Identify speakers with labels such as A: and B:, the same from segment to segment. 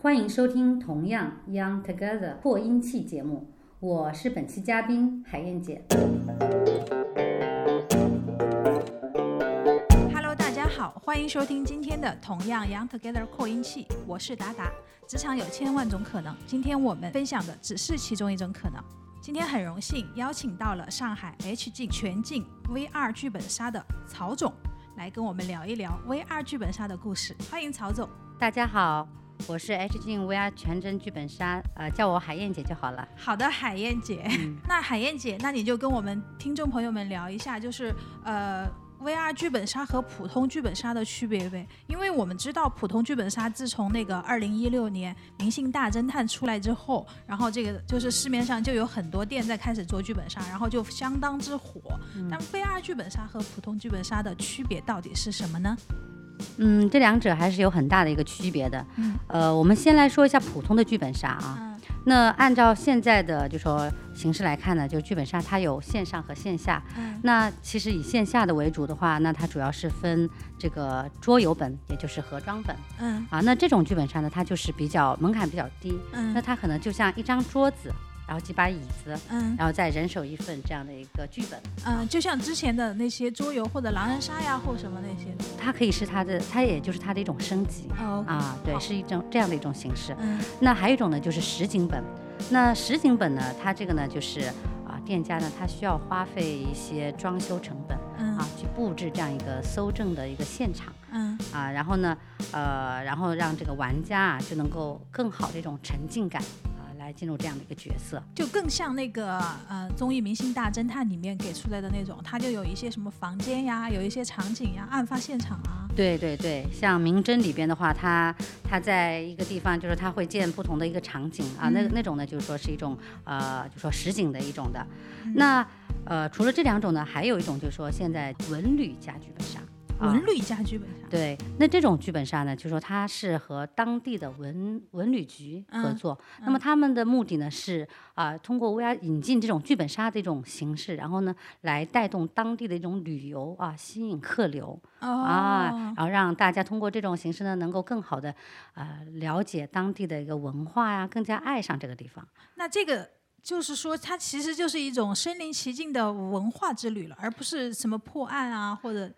A: 欢迎收听同样 Young Together 扩音器节目，我是本期嘉宾海燕姐。
B: Hello，大家好，欢迎收听今天的同样 Young Together 扩音器，我是达达。职场有千万种可能，今天我们分享的只是其中一种可能。今天很荣幸邀请到了上海 H 镜全境 VR 剧本杀的曹总来跟我们聊一聊 VR 剧本杀的故事，欢迎曹总。
A: 大家好，我是 H 镜 VR 全真剧本杀，呃，叫我海燕姐就好了。
B: 好的，海燕姐。
A: 嗯
B: 那海燕姐，那你就跟我们听众朋友们聊一下，就是呃。VR 剧本杀和普通剧本杀的区别呗，因为我们知道普通剧本杀自从那个2016年《明星大侦探》出来之后，然后这个就是市面上就有很多店在开始做剧本杀，然后就相当之火。
A: 嗯
B: 那 VR 剧本杀和普通剧本杀的区别到底是什么呢？
A: 嗯，这两者还是有很大的一个区别的。
B: 嗯
A: 呃，我们先来说一下普通的剧本杀啊。
B: 嗯
A: 那按照现在的就说形式来看呢，就剧本杀它有线上和线下。
B: 嗯
A: 那其实以线下的为主的话，那它主要是分这个桌游本，也就是盒装本
B: 嗯
A: 啊。那这种剧本杀呢，它就是比较门槛比较低，那
B: 嗯
A: 它可能就像一张桌子，然后几把椅子，
B: 嗯
A: 然后再人手一份这样的一个剧本。
B: 嗯，就像之前的那些桌游或者狼人杀呀或什么那些的。
A: 它可以是它的，它也就是它的一种升级
B: 哦，
A: 啊，对，
B: 好
A: 是一种这样的一种形式。
B: 嗯
A: 那还有一种呢，就是实景本。那实景本呢，它这个呢就是啊，店家呢他需要花费一些装修成本
B: 嗯
A: 啊，去布置这样一个搜证的一个现场
B: 嗯
A: 啊，然后呢，呃，然后让这个玩家啊就能够更好的一种沉浸感啊，来进入这样的一个角色。
B: 就更像那个呃综艺《明星大侦探》里面给出来的那种，它就有一些什么房间呀，有一些场景呀，案发现场啊。
A: 对对对，像《明侦》里边的话，它它在一个地方，就是它会建不同的一个场景啊，那
B: 嗯
A: 那种呢，就是说是一种呃，就说实景的一种的。
B: 嗯
A: 那呃，除了这两种呢，还有一种就是说现在文旅加剧本杀。啊
B: 文旅加剧本杀，
A: 对，那这种剧本杀呢，就是说它是和当地的文文旅局合
B: 嗯
A: 作，那么他们的目的呢是啊、通过 VR 引进这种剧本杀的一种形式，然后呢来带动当地的一种旅游啊，吸引客流。
B: 哦，
A: 啊，然后让大家通过这种形式呢，能够更好的呃了解当地的一个文化呀、更加爱上这个地方。
B: 那这个就是说，它其实就是一种身临其境的文化之旅了，而不是什么破案啊，或者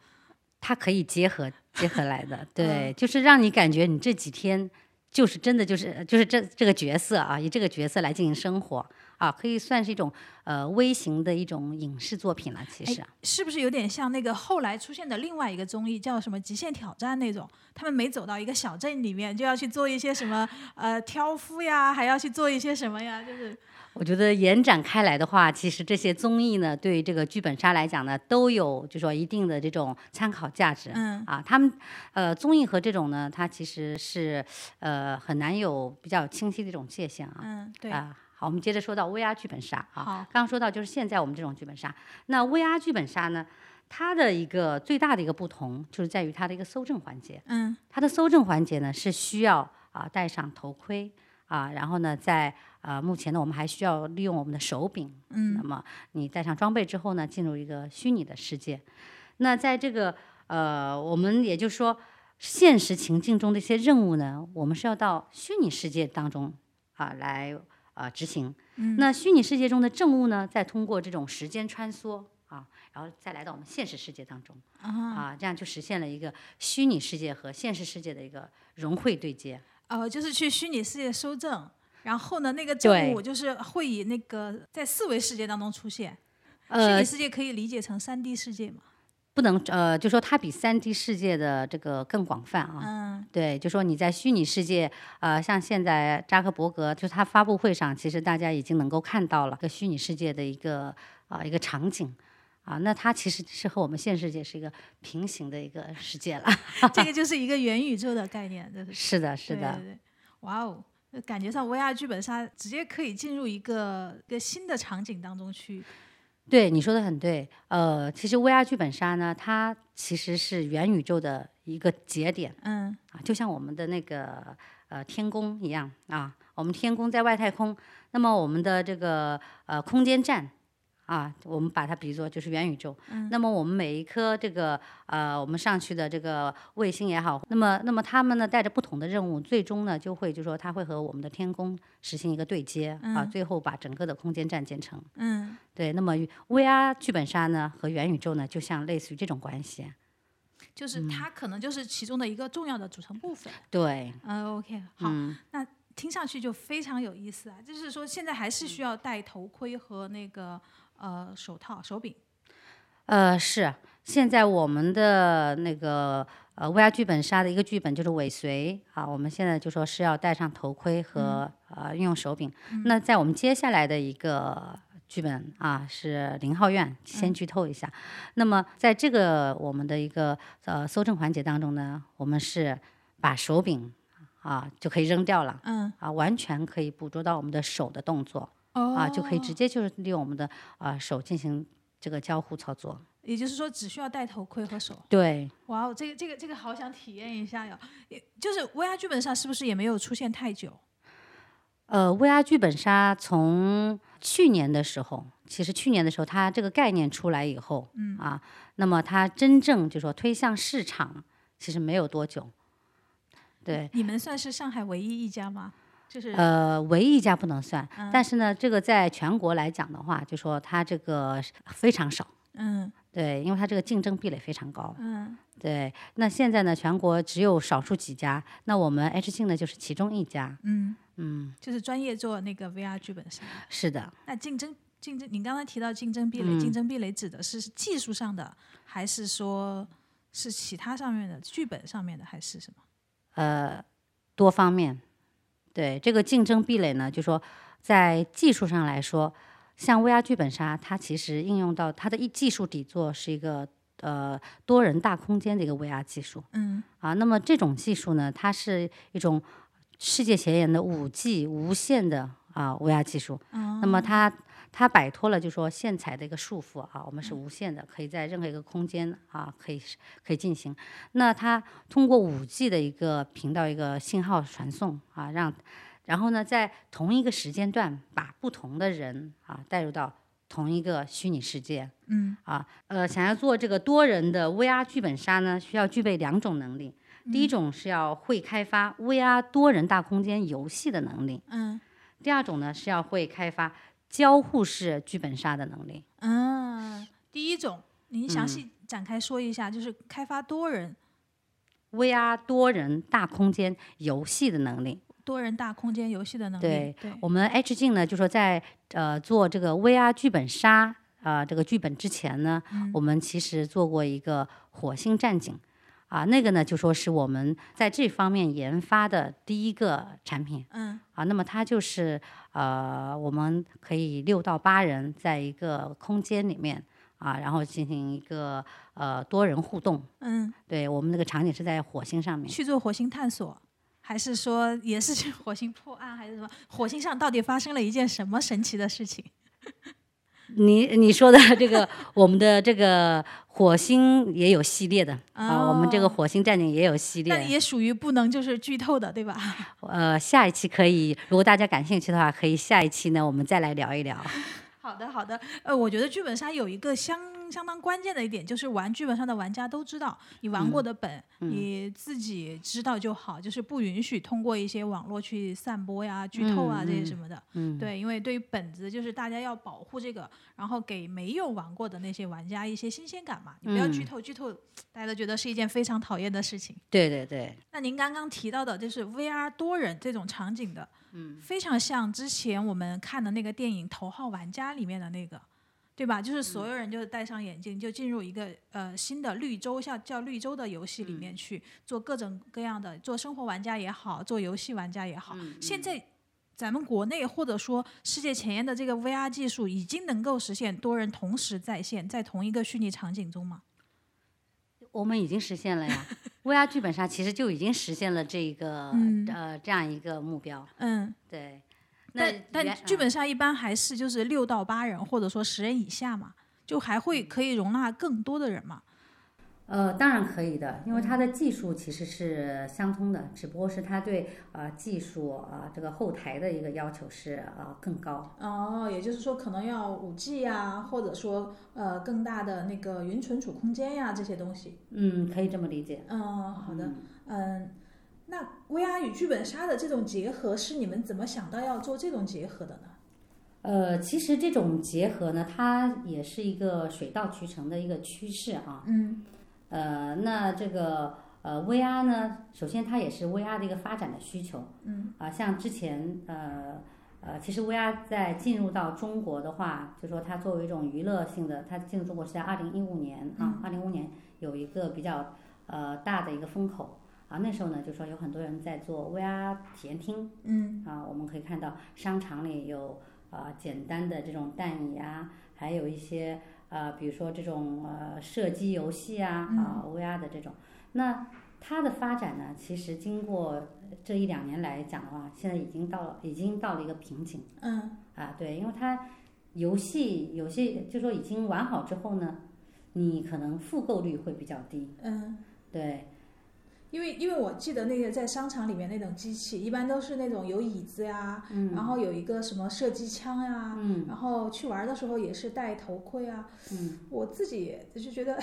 A: 它可以结合结合来 的，对，
B: 嗯
A: 就是让你感觉你这几天就是真的就是就是这这个角色啊，以这个角色来进行生活啊，可以算是一种呃微型的一种影视作品了。其
B: 哎
A: 实，
B: 是不是有点像那个后来出现的另外一个综艺，叫什么《极限挑战》那种？他们每走到一个小镇里面，就要去做一些什么呃挑夫呀，还要去做一些什么呀，就是
A: 我觉得延展开来的话，其实这些综艺呢，对于这个剧本杀来讲呢，都有就说一定的这种参考价值。
B: 嗯
A: 啊，他们呃综艺和这种呢，它其实是呃很难有比较清晰的一种界限啊。
B: 嗯，对，
A: 啊，好，我们接着说到 VR 剧本杀啊。
B: 好，
A: 刚刚说到就是现在我们这种剧本杀，那 VR 剧本杀呢，它的一个最大的一个不同就是在于它的一个搜证环节。
B: 嗯
A: 它的搜证环节呢是需要啊戴上头盔啊，然后呢在啊目前呢我们还需要利用我们的手柄
B: 嗯
A: 那么你带上装备之后呢，进入一个虚拟的世界。那在这个呃，我们也就是说，现实情境中的一些任务呢，我们是要到虚拟世界当中啊、来啊、执行。
B: 嗯
A: 那虚拟世界中的政务呢，再通过这种时间穿梭啊，然后再来到我们现实世界当中
B: 啊。
A: 啊，这样就实现了一个虚拟世界和现实世界的一个融会对接。
B: 哦，就是去虚拟世界搜证，然后呢，那个证
A: 对
B: 物就是会以那个在四维世界当中出现。虚
A: 呃
B: 拟，世界可以理解成三 D 世界嘛？
A: 不能呃，就说它比三 D 世界的这个更广泛啊。
B: 嗯
A: 对，就说你在虚拟世界，呃，像现在扎克伯格，就是他发布会上，其实大家已经能够看到了一个虚拟世界的一个啊、一个场景，啊，那它其实是和我们现实世界是一个平行的一个世界了。
B: 这个就是一个元宇宙的概念，这是
A: 是的，是
B: 对
A: 的，
B: 对对哇哦，那感觉上 VR 剧本杀直接可以进入一个一个新的场景当中去。
A: 对你说的很对。呃，其实 VR 剧本杀呢，它其实是元宇宙的一个节点。
B: 嗯
A: 啊，就像我们的那个呃天宫一样啊，我们天宫在外太空，那么我们的这个呃空间站啊，我们把它比作就是元宇宙。那么我们每一颗这个呃，我们上去的这个卫星也好，那么那么他们呢带着不同的任务，最终呢就会就说它会和我们的天宫实行一个对接、啊，
B: 嗯
A: 最后把整个的空间站建成。
B: 嗯，
A: 对，那么 VR 剧本杀呢和元宇宙呢，就像类似于这种关系。
B: 就是它可能就是其中的一个重要的组成部分。
A: 对，
B: 嗯、o k 好，那听上去就非常有意思啊！就是说现在还是需要戴头盔和那个呃手套、手柄。
A: 呃，是现在我们的那个呃 VR 剧本杀的一个剧本就是尾随啊，我们现在就说是要戴上头盔和、
B: 嗯
A: 呃运用手柄。那在我们接下来的一个剧本啊是零号院，先
B: 嗯
A: 剧透一下。那么在这个我们的一个呃搜证环节当中呢，我们是把手柄啊就可以扔掉了。
B: 嗯，
A: 啊，完全可以捕捉到我们的手的动作、
B: 哦
A: 啊，就可以直接就是利用我们的啊、手进行这个交互操作。
B: 也就是说，只需要戴头盔和手。
A: 对，
B: 哇哦，这个这个这个好想体验一下哟！也就是 VR 剧本杀是不是也没有出现太久？
A: 呃，VR 剧本杀从去年的时候，其实去年的时候，它这个概念出来以后，嗯啊，那么它真正就说推向市场，其实没有多久。对，
B: 你们算是上海唯一一家吗？就是、嗯
A: 呃，唯一一家不能算，但是呢，这个在全国来讲的话，就说它这个是非常少。
B: 嗯
A: 对，因为它这个竞争壁垒非常高。
B: 嗯
A: 对，那现在呢，全国只有少数几家，那我们 H 信呢就是其中一家。
B: 嗯，
A: 嗯，
B: 就是专业做那个 VR 剧本杀。
A: 是的，
B: 那竞争竞争，你刚才提到竞争壁垒，竞争壁垒指的是是技术上的，还是说是其他上面的剧本上面的，还是什么？
A: 呃，多方面。对，这个竞争壁垒呢，就说在技术上来说，像 VR 剧本杀，它其实应用到它的一技术底座是一个呃多人大空间的一个 VR 技术。
B: 嗯
A: 啊，那么这种技术呢，它是一种世界前沿的五 G 无线的啊 VR 技术。那么它它摆脱了就说线材的一个束缚啊，我们是无线的，可以在任何一个空间啊可以是可以进行。那它通过五 G 的一个频道一个信号传送啊，让然后呢在同一个时间段把不同的人啊带入到同一个虚拟世界。
B: 嗯
A: 啊，呃，想要做这个多人的 VR 剧本杀呢，需要具备两种能力。第一种是要会开发 VR 多人大空间游戏的能力，
B: 嗯
A: 第二种呢是要会开发交互式剧本杀的能力。
B: 嗯。第一种，您详细展开说一下，就是开发多人
A: VR 多人大空间游戏的能力，
B: 多人大空间游戏的能力。
A: 对
B: 对，
A: 我们 H 镜呢就说在呃做这个 VR 剧本杀啊这个剧本之前呢，
B: 嗯
A: 我们其实做过一个火星战警。啊，那个呢，就说是我们在这方面研发的第一个产品。
B: 嗯
A: 啊，那么它就是呃，我们可以六到八人在一个空间里面啊，然后进行一个呃多人互动。
B: 嗯，
A: 对我们那个场景是在火星上面，
B: 去做火星探索。还是说也是去火星破案，还是什么？火星上到底发生了一件什么神奇的事情？
A: 你你说的这个，我们的这个火星也有系列的啊、我们这个
B: 哦
A: 火星战警也有系列
B: 但。也属于不能就是剧透的，对吧？
A: 呃，下一期可以，如果大家感兴趣的话，可以下一期呢，我们再来聊一聊。
B: 好的，好的。呃，我觉得剧本杀有一个相相当关键的一点，就是玩剧本杀的玩家都知道，你玩
A: 嗯
B: 过的本，你自己知道就好，就是不允许通过一些网络去散播呀、剧透啊、
A: 嗯
B: 这些
A: 嗯
B: 什么的。
A: 嗯，
B: 对，因为对于本子，就是大家要保护这个，然后给没有玩过的那些玩家一些新鲜感嘛。你不要
A: 嗯
B: 剧透，剧透大家都觉得是一件非常讨厌的事情。
A: 对对对，
B: 那您刚刚提到的，就是 VR 多人这种场景的，嗯，非常像之前我们看的那个电影《头号玩家》里面的那个，对吧？就是所有人就是戴上眼镜，就进入一个呃新的绿洲，叫叫绿洲的游戏里面去做各种各样的，做生活玩家也好，做游戏玩家也好。
A: 嗯
B: 现在咱们国内或者说世界前沿的这个 VR 技术，已经能够实现多人同时在线，在同一个虚拟场景中嘛？
A: 我们已经实现了 呀。VR 剧本杀其实就已经实现了这个、
B: 嗯
A: 呃这样一个目标。
B: 嗯，
A: 对，那
B: 但但
A: 原
B: 剧
A: 啊
B: 本杀一般还是就是六
A: 嗯
B: 到八人，或者说十人以下嘛，就还会可以容纳更多的人嘛。
A: 呃，当然可以的，因为它的技术其实是相通的，只不过是它对呃技术啊、呃、这个后台的一个要求是呃更高。
B: 哦，也就是说可能要五 G 呀，或者说呃更大的那个云存储空间呀这些东西。
A: 嗯，可以这么理解。
B: 嗯，好的，嗯，那 VR 与剧本杀的这种结合是你们怎么想到要做这种结合的呢？
A: 呃，其实这种结合呢，它也是一个水到渠成的一个趋势啊。
B: 嗯
A: 呃，那这个呃 VR 呢，首先它也是 VR 的一个发展的需求。
B: 嗯。
A: 啊、像之前呃呃，其实 VR 在进入到中国的话，就说它作为一种娱乐性的，它进入中国是在二零一五年
B: 嗯
A: 啊，二零一五年有一个比较呃大的一个风口啊，那时候呢，就说有很多人在做 VR 体验厅。
B: 嗯
A: 啊，我们可以看到商场里有啊、简单的这种弹椅啊，还有一些啊、比如说这种呃射击游戏啊啊 VR 的这种。那它的发展呢，其实经过这一两年来讲的话，现在已经到了已经到了一个瓶颈
B: 嗯
A: 啊，对，因为它游戏有些就说已经玩好之后呢，你可能复购率会比较低，
B: 嗯，
A: 对。
B: 因为因为我记得那个在商场里面那种机器，一般都是那种有椅子呀，然后有一个什么射击枪呀，
A: 嗯
B: 然后去玩的时候也是戴头盔啊。
A: 嗯，
B: 我自己就是觉得，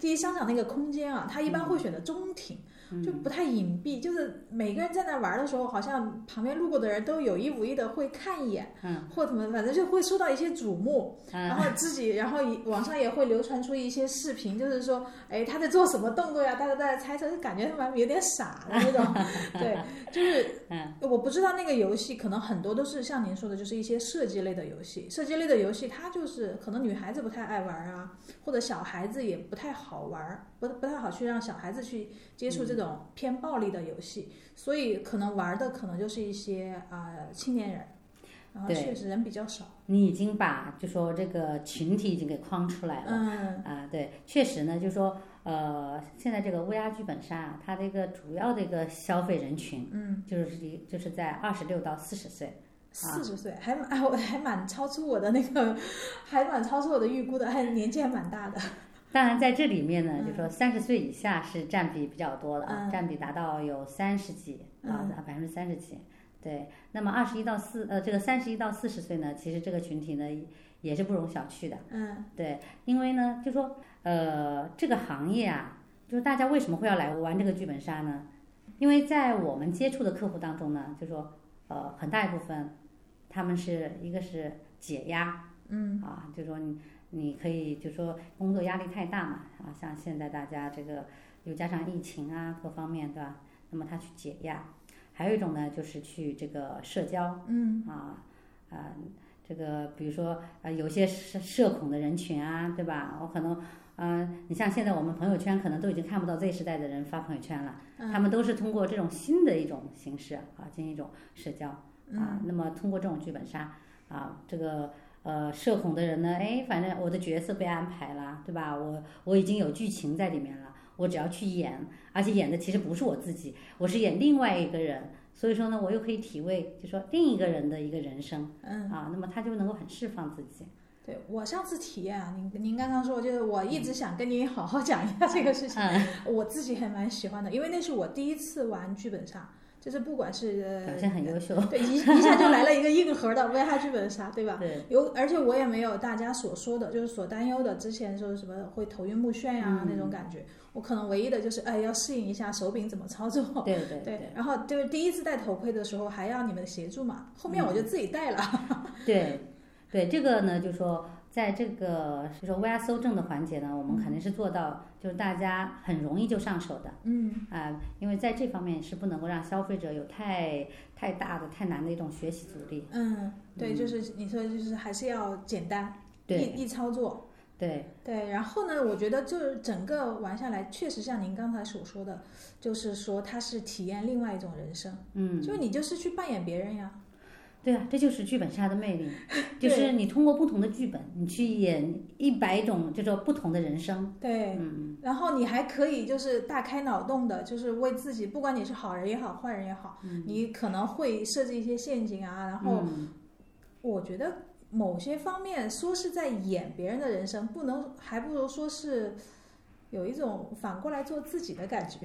B: 第一商场那个空间啊，它一
A: 嗯
B: 般会选择中庭，就不太隐蔽，就是每个人在那玩的时候，好像旁边路过的人都有意无意的会看一眼，
A: 嗯，
B: 或怎么，反正就会受到一些瞩目。
A: 嗯
B: 然后自己，然后也网上也会流传出一些视频，就是说，哎，他在做什么动作呀？大家都在猜测，就感觉他蛮有点傻的 那种。对，就是，
A: 嗯
B: 我不知道那个游戏，可能很多都是像您说的，就是一些射击类的游戏。射击类的游戏，它就是可能女孩子不太爱玩啊，或者小孩子也不太好玩儿，不不太好去让小孩子去接触这种偏暴力的游戏，所以可能玩的可能就是一些啊、呃青年人，然后
A: 对
B: 确实人比较少。
A: 你已经把就说这个群体已经给框出来了。
B: 嗯
A: 啊，对，确实呢，就是说，呃，现在这个 VR 剧本杀啊，它的一个主要的一个消费人群，
B: 嗯。
A: 就是一就是在二十六到四十岁，
B: 四十岁，还蛮 哎我还蛮超出我的那个，还蛮超出我的预估的，还年纪还蛮大的。
A: 当然在这里面呢，就说三十岁以下是占比比较多的啊，
B: 嗯
A: 占比达到有三十几啊，百分之三十几。对，那么二十一到四呃，这个三十一到四十岁呢，其实这个群体呢也是不容小觑的。
B: 嗯
A: 对，因为呢，就说呃，这个行业啊，就是大家为什么会要来玩这个剧本杀呢？因为在我们接触的客户当中呢，就说呃，很大一部分他们是一个是解压
B: 嗯
A: 啊，就说你你可以就说工作压力太大嘛啊，像现在大家这个又加上疫情啊各方面对吧？那么他去解压，还有一种呢就是去这个社交。
B: 嗯
A: 啊啊，这个比如说啊，有些社社恐的人群啊，对吧？我可能，呃，你像现在我们朋友圈可能都已经看不到 Z 时代的人发朋友圈了，
B: 嗯
A: 他们都是通过这种新的一种形式啊，进行一种社交啊。那么通过这种剧本杀啊，这个。呃，社恐的人呢，哎，反正我的角色被安排了，对吧？我我已经有剧情在里面了，我只要去演，而且演的其实不是我自己，我是演另外一个人，所以说呢，我又可以体味，就说另一个人的一个人生
B: 嗯，
A: 啊，那么他就能够很释放自己。
B: 对我上次体验啊，您您刚刚说，就是我一直想跟您好好讲一下这个事情，我自己还蛮喜欢的，因为那是我第一次玩剧本杀，就是不管是呃
A: 表现很优秀。
B: 对一一下就来了一个硬核的危害剧本杀，对吧？
A: 对，
B: 有，而且我也没有大家所说的，就是所担忧的，之前说什么会头晕目眩呀、那种感觉。我可能唯一的就是，哎，要适应一下手柄怎么操作。
A: 对对对
B: 对，然后就是第一次戴头盔的时候还要你们协助嘛，后面
A: 嗯
B: 我就自己戴了。
A: 对对，这个呢，就说在这个就说 VR 搜证的环节呢，我们肯定是做到，就是大家很容易就上手的
B: 嗯
A: 啊、因为在这方面是不能够让消费者有太太大的、太难的一种学习阻力。
B: 嗯，对，就是你说就是还是要简单，
A: 对
B: 易易操作。
A: 对，
B: 对，然后呢，我觉得就是整个玩下来，确实像您刚才所说的，就是说它是体验另外一种人生，
A: 嗯，
B: 就是你就是去扮演别人呀。
A: 对啊，这就是剧本杀的魅力，就
B: 对
A: 是你通过不同的剧本，你去演一百种，就说不同的人生。
B: 对，
A: 嗯，
B: 然后你还可以就是大开脑洞的，就是为自己，不管你是好人也好，坏人也好，你可能会设置一些陷阱啊。然后
A: 嗯
B: 我觉得某些方面说是在演别人的人生，不能还不如说是有一种反过来做自己的感觉。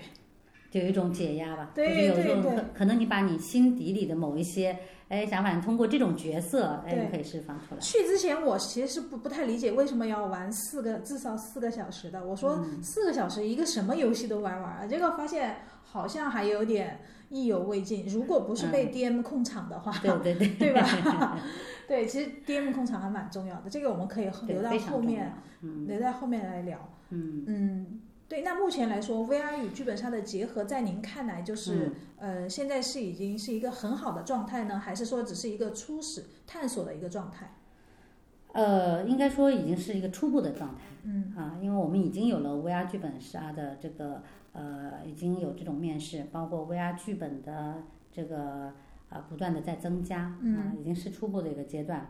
A: 就有一种解压吧，
B: 对
A: 就是有一种
B: 对对
A: 可可能你把你心底里的某一些哎想法，你通过这种角色哎
B: 对
A: 你可以释放出来。
B: 去之前我其实是不不太理解为什么要玩四个至少四个小时的，我说
A: 嗯
B: 四个小时一个什么游戏都玩玩啊，结果发现好像还有点意犹未尽，如果不是被 DM 控场的话，
A: 嗯 对对对，
B: 对 吧？对，其实 DM 控场还蛮重要的，这个我们可以 留
A: 对
B: 到
A: 非
B: 后
A: 常重要
B: 面，。留在后面来聊。
A: 嗯，
B: 嗯，对，那目前来说，VR 与剧本杀的结合，在您看来就是、
A: 嗯
B: 呃，现在是已经是一个很好的状态呢，还是说只是一个初始探索的一个状态？
A: 呃，应该说已经是一个初步的状态。
B: 嗯。
A: 啊，因为我们已经有了 VR 剧本杀的这个呃，已经有这种面试，包括 VR 剧本的这个啊，不断的在增加，啊，已经是初步的一个阶段。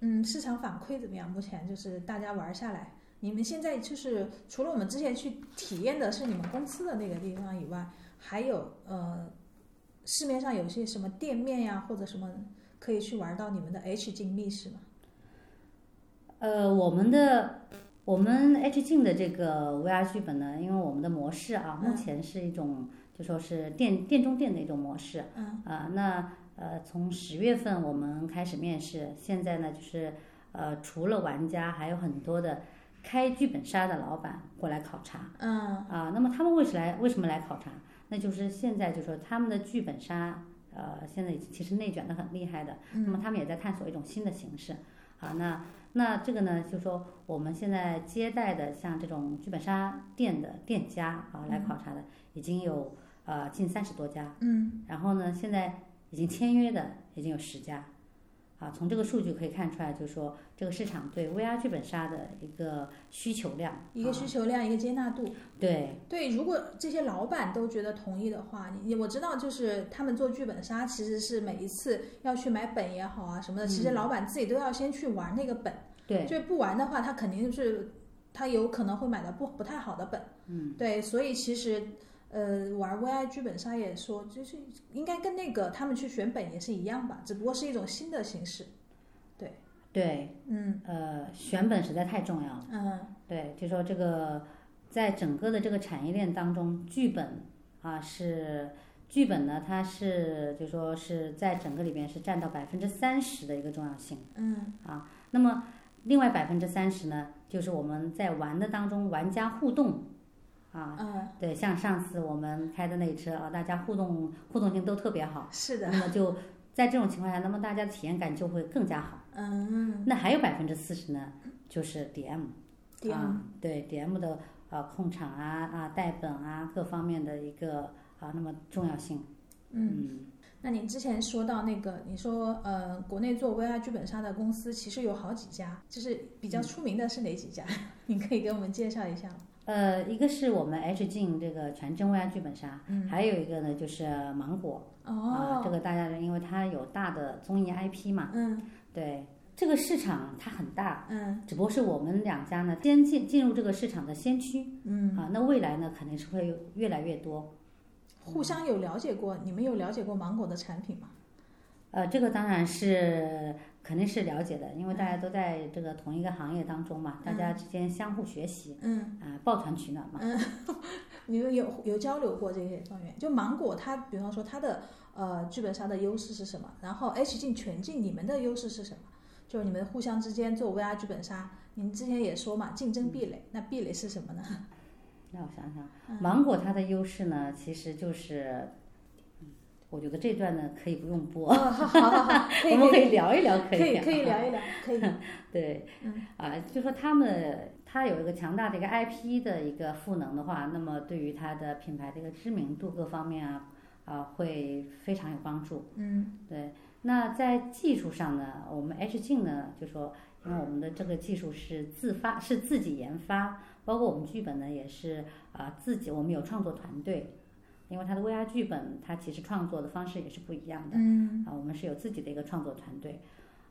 B: 嗯，市场反馈怎么样？目前就是大家玩下来，你们现在就是除了我们之前去体验的是你们公司的那个地方以外，还有呃市面上有些什么店面呀，或者什么可以去玩到你们的 H 镜密室吗？
A: 呃，我们的我们 H 镜的这个 VR 剧本呢，因为我们的模式啊，目
B: 嗯
A: 前是一种就说是店店中店的一种模式。
B: 嗯。
A: 啊、那呃，从十月份我们开始面试，现在呢就是呃，除了玩家，还有很多的开剧本杀的老板过来考察。
B: 嗯
A: 啊，那么他们为什么来为什么来考察？那就是现在就说他们的剧本杀，呃，现在已经其实内卷的很厉害的，
B: 嗯
A: 那么他们也在探索一种新的形式。啊，那那这个呢，就说我们现在接待的像这种剧本杀店的店家啊来考察的，已经有呃近三十多家，
B: 嗯
A: 然后呢，现在已经签约的已经有十家。啊，从这个数据可以看出来，就是说这个市场对 VR 剧本杀的一个需求量，
B: 一个
A: 啊
B: 需求量，一个接纳度。
A: 对，
B: 对，如果这些老板都觉得同意的话，你我知道，就是他们做剧本杀，其实是每一次要去买本也好啊什么的，
A: 嗯
B: 其实老板自己都要先去玩那个本。
A: 对，
B: 就不玩的话，他肯定是他有可能会买到不不太好的本。嗯，对，所以其实呃，玩 VI 剧本杀也说，就是应该跟那个他们去选本也是一样吧，只不过是一种新的形式。
A: 对，
B: 嗯
A: 呃，选本实在太重要了。
B: 嗯
A: 对，就说这个，在整个的这个产业链当中，剧本啊是剧本呢，它是就说是在整个里边是占到百分之三十的一个重要性。
B: 嗯
A: 那么另外百分之三十呢，就是我们在玩的当中玩家互动啊，
B: 嗯，
A: 对，像上次我们开的那车啊，大家互动互动性都特别好，
B: 是的，
A: 那么就在这种情况下，那么大家的体验感就会更加好。
B: 嗯
A: 那还有百分之四十呢，就是 DM，
B: ，DM
A: 啊、对 DM 的呃控场啊啊带本啊各方面的一个啊那么重要性，嗯
B: 那你之前说到那个，你说呃，国内做 VR 剧本杀的公司其实有好几家，就是比
A: 嗯
B: 较出名的是哪几家？ 你可以给我们介绍一下吗？
A: 呃一个是我们 H 镜这个全真 VR 剧本杀，还有一个呢就是芒果、啊
B: 嗯哦，
A: 这个大家因为它有大的综艺 IP 嘛，啊
B: 嗯
A: 对这个市场它很大。
B: 嗯
A: 只不过是我们两家呢，先进进入这个市场的先驱，
B: 嗯，
A: 啊，那未来呢肯定是会有越来越多。
B: 互相有了解过，你们有了解过芒果的产品吗？
A: 呃，这个当然是肯定是了解的，因为大家都在这个同一个行业当中嘛，大家之间相互学习，
B: 嗯，
A: 啊、抱团取暖嘛。
B: 你们有有交流过这些方面？就芒果它，比方说它的呃剧本杀的优势是什么？然后 H 镜全镜你们的优势是什么？就是你们互相之间做 VR 剧本杀，你们之前也说嘛，竞争壁垒，那壁垒是什么呢？
A: 那我想想，芒果它的优势呢，其实就是，嗯我觉得这段呢可以不用播，
B: 哦好好好好，
A: 我 们可以聊一聊，
B: 可以
A: 聊，
B: 可以聊一聊，嗯可以。
A: 对，啊，就说他们它有一个强大的一个 IP 的一个赋能的话，那么对于它的品牌的一个知名度各方面啊啊会非常有帮助。
B: 嗯
A: 对，那在技术上呢，我们 H 镜呢，就说因为我们的这个技术是自发，是自己研发，包括我们剧本呢也是啊、自己，我们有创作团队，因为它的 VR 剧本它其实创作的方式也是不一样的
B: 嗯
A: 啊，我们是有自己的一个创作团队，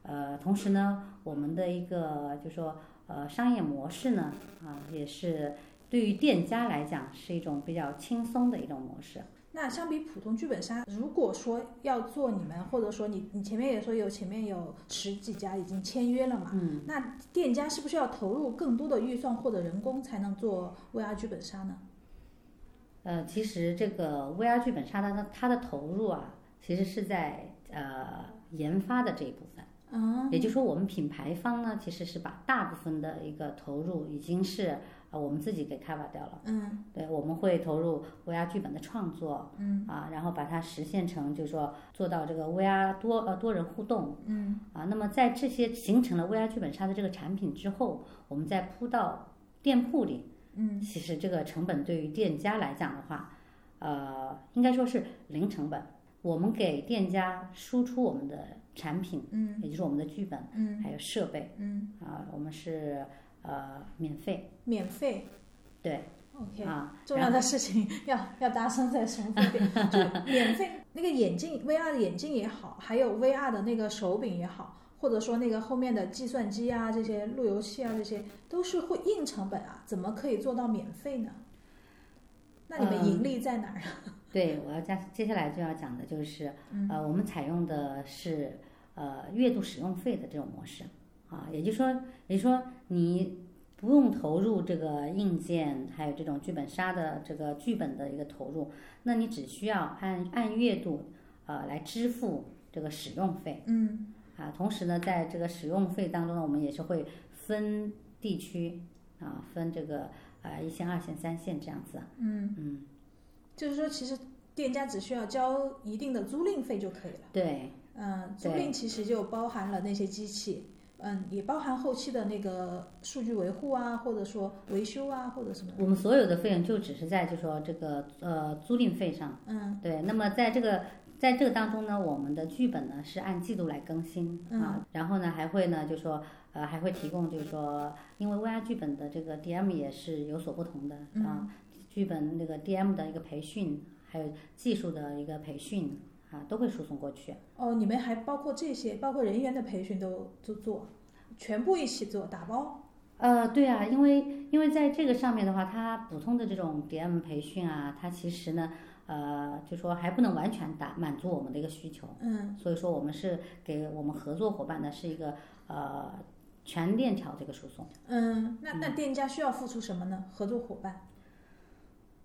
A: 呃，同时呢，我们的一个就说呃商业模式呢啊也是对于店家来讲是一种比较轻松的一种模式。
B: 那相比普通剧本杀，如果说要做你们，或者说你你前面也说有前面有十几家已经签约了嘛，
A: 嗯，
B: 那店家是不是要投入更多的预算或者人工才能做 VR 剧本杀呢？
A: 呃，其实这个 VR 剧本杀它的它的投入啊，其实是在呃研发的这一部分。
B: 啊，
A: 也就是说，我们品牌方呢，其实是把大部分的一个投入已经是呃我们自己给 cover 掉了。
B: 嗯
A: 对，我们会投入 VR 剧本的创作
B: 嗯
A: 啊，然后把它实现成，就是说做到这个 VR 多呃多人互动
B: 嗯
A: 啊。那么在这些形成了 VR 剧本杀的这个产品之后，我们再铺到店铺里，
B: 嗯
A: 其实这个成本对于店家来讲的话，呃，应该说是零成本。我们给店家输出我们的产品，
B: 嗯
A: 也就是我们的剧本，
B: 嗯
A: 还有设备
B: 嗯，
A: 啊、我们是呃免费，
B: 免费哦
A: 对
B: ，OK，
A: 啊，
B: 重
A: 然
B: 要
A: 后
B: 的事情要要搭上再 重复一遍，就免费那个眼镜 VR 的眼镜也好，还有 VR 的那个手柄也好，或者说那个后面的计算机啊这些路由器啊这些都是会硬成本啊，怎么可以做到免费呢？那你们
A: 嗯
B: 盈利在哪儿？
A: 对我要加接下来就要讲的就是
B: 嗯
A: 呃，我们采用的是呃月度使用费的这种模式啊，也就是说，也就是说你。不用投入这个硬件，还有这种剧本杀的这个剧本的一个投入，那你只需要按按月度，呃，来支付这个使用费。
B: 嗯
A: 啊，同时呢，在这个使用费当中呢，我们也是会分地区啊，分这个呃一线、二线、三线这样子。
B: 嗯，
A: 嗯，
B: 就是说其实店家只需要交一定的租赁费就可以了。
A: 对
B: 嗯，租
A: 对
B: 赁其实就包含了那些机器，嗯，也包含后期的那个数据维护啊，或者说维修啊，或者什么的。
A: 我们所有的费用就只是在就说这个呃租赁费上。
B: 嗯
A: 对，那么在这个在这个当中呢，我们的剧本呢是按季度来更新啊，然后呢还会呢就说呃还会提供就是说，因为 VR 剧本的这个 DM 也是有所不同的啊，剧本那个 DM 的一个培训，还有技术的一个培训啊，都会输送过去。
B: 哦，你们还包括这些，包括人员的培训都都做，全部一起做，打包。
A: 呃，对啊，因为因为在这个上面的话，它普通的这种 DM 培训啊，它其实呢，呃，就说还不能完全达满足我们的一个需求，
B: 嗯
A: 所以说我们是给我们合作伙伴呢是一个呃全链条这个输送。
B: 嗯，那那店家需要付出什么呢？合作伙伴。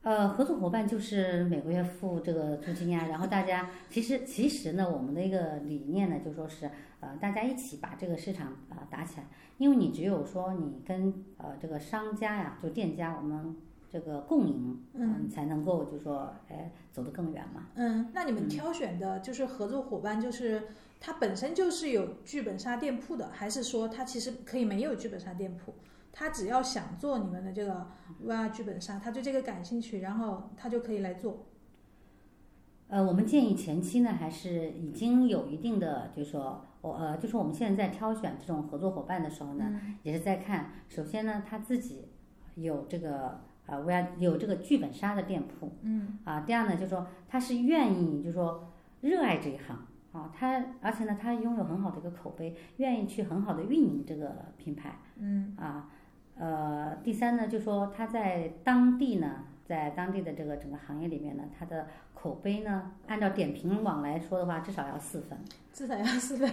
A: 呃，合作伙伴就是每个月付这个租金呀，然后大家其实其实呢，我们的一个理念呢，就说是呃，大家一起把这个市场啊、呃打起来，因为你只有说你跟呃这个商家呀，就店家，我们这个共赢，
B: 嗯
A: 你才能够就说哎走得更远嘛。
B: 嗯，那你们挑选的就是合作伙伴，就是他本身就是有剧本杀店铺的，还是说他其实可以没有剧本杀店铺，他只要想做你们的这个 VR 剧本杀，他对这个感兴趣，然后他就可以来做。
A: 呃，我们建议前期呢，还是已经有一定的，就是说我呃，就是我们现在在挑选这种合作伙伴的时候呢，
B: 嗯
A: 也是在看，首先呢，他自己有这个呃 VR 有这个剧本杀的店铺
B: 嗯
A: 啊。第二呢，就是说他是愿意，就是说热爱这一行啊，他而且呢，他拥有很好的一个口碑，愿意去很好的运营这个品牌
B: 嗯
A: 啊。呃，第三呢，就说他在当地呢，在当地的这个整个行业里面呢，他的口碑呢，按照点评网来说的话，至少要四分。，
B: 至少要四分，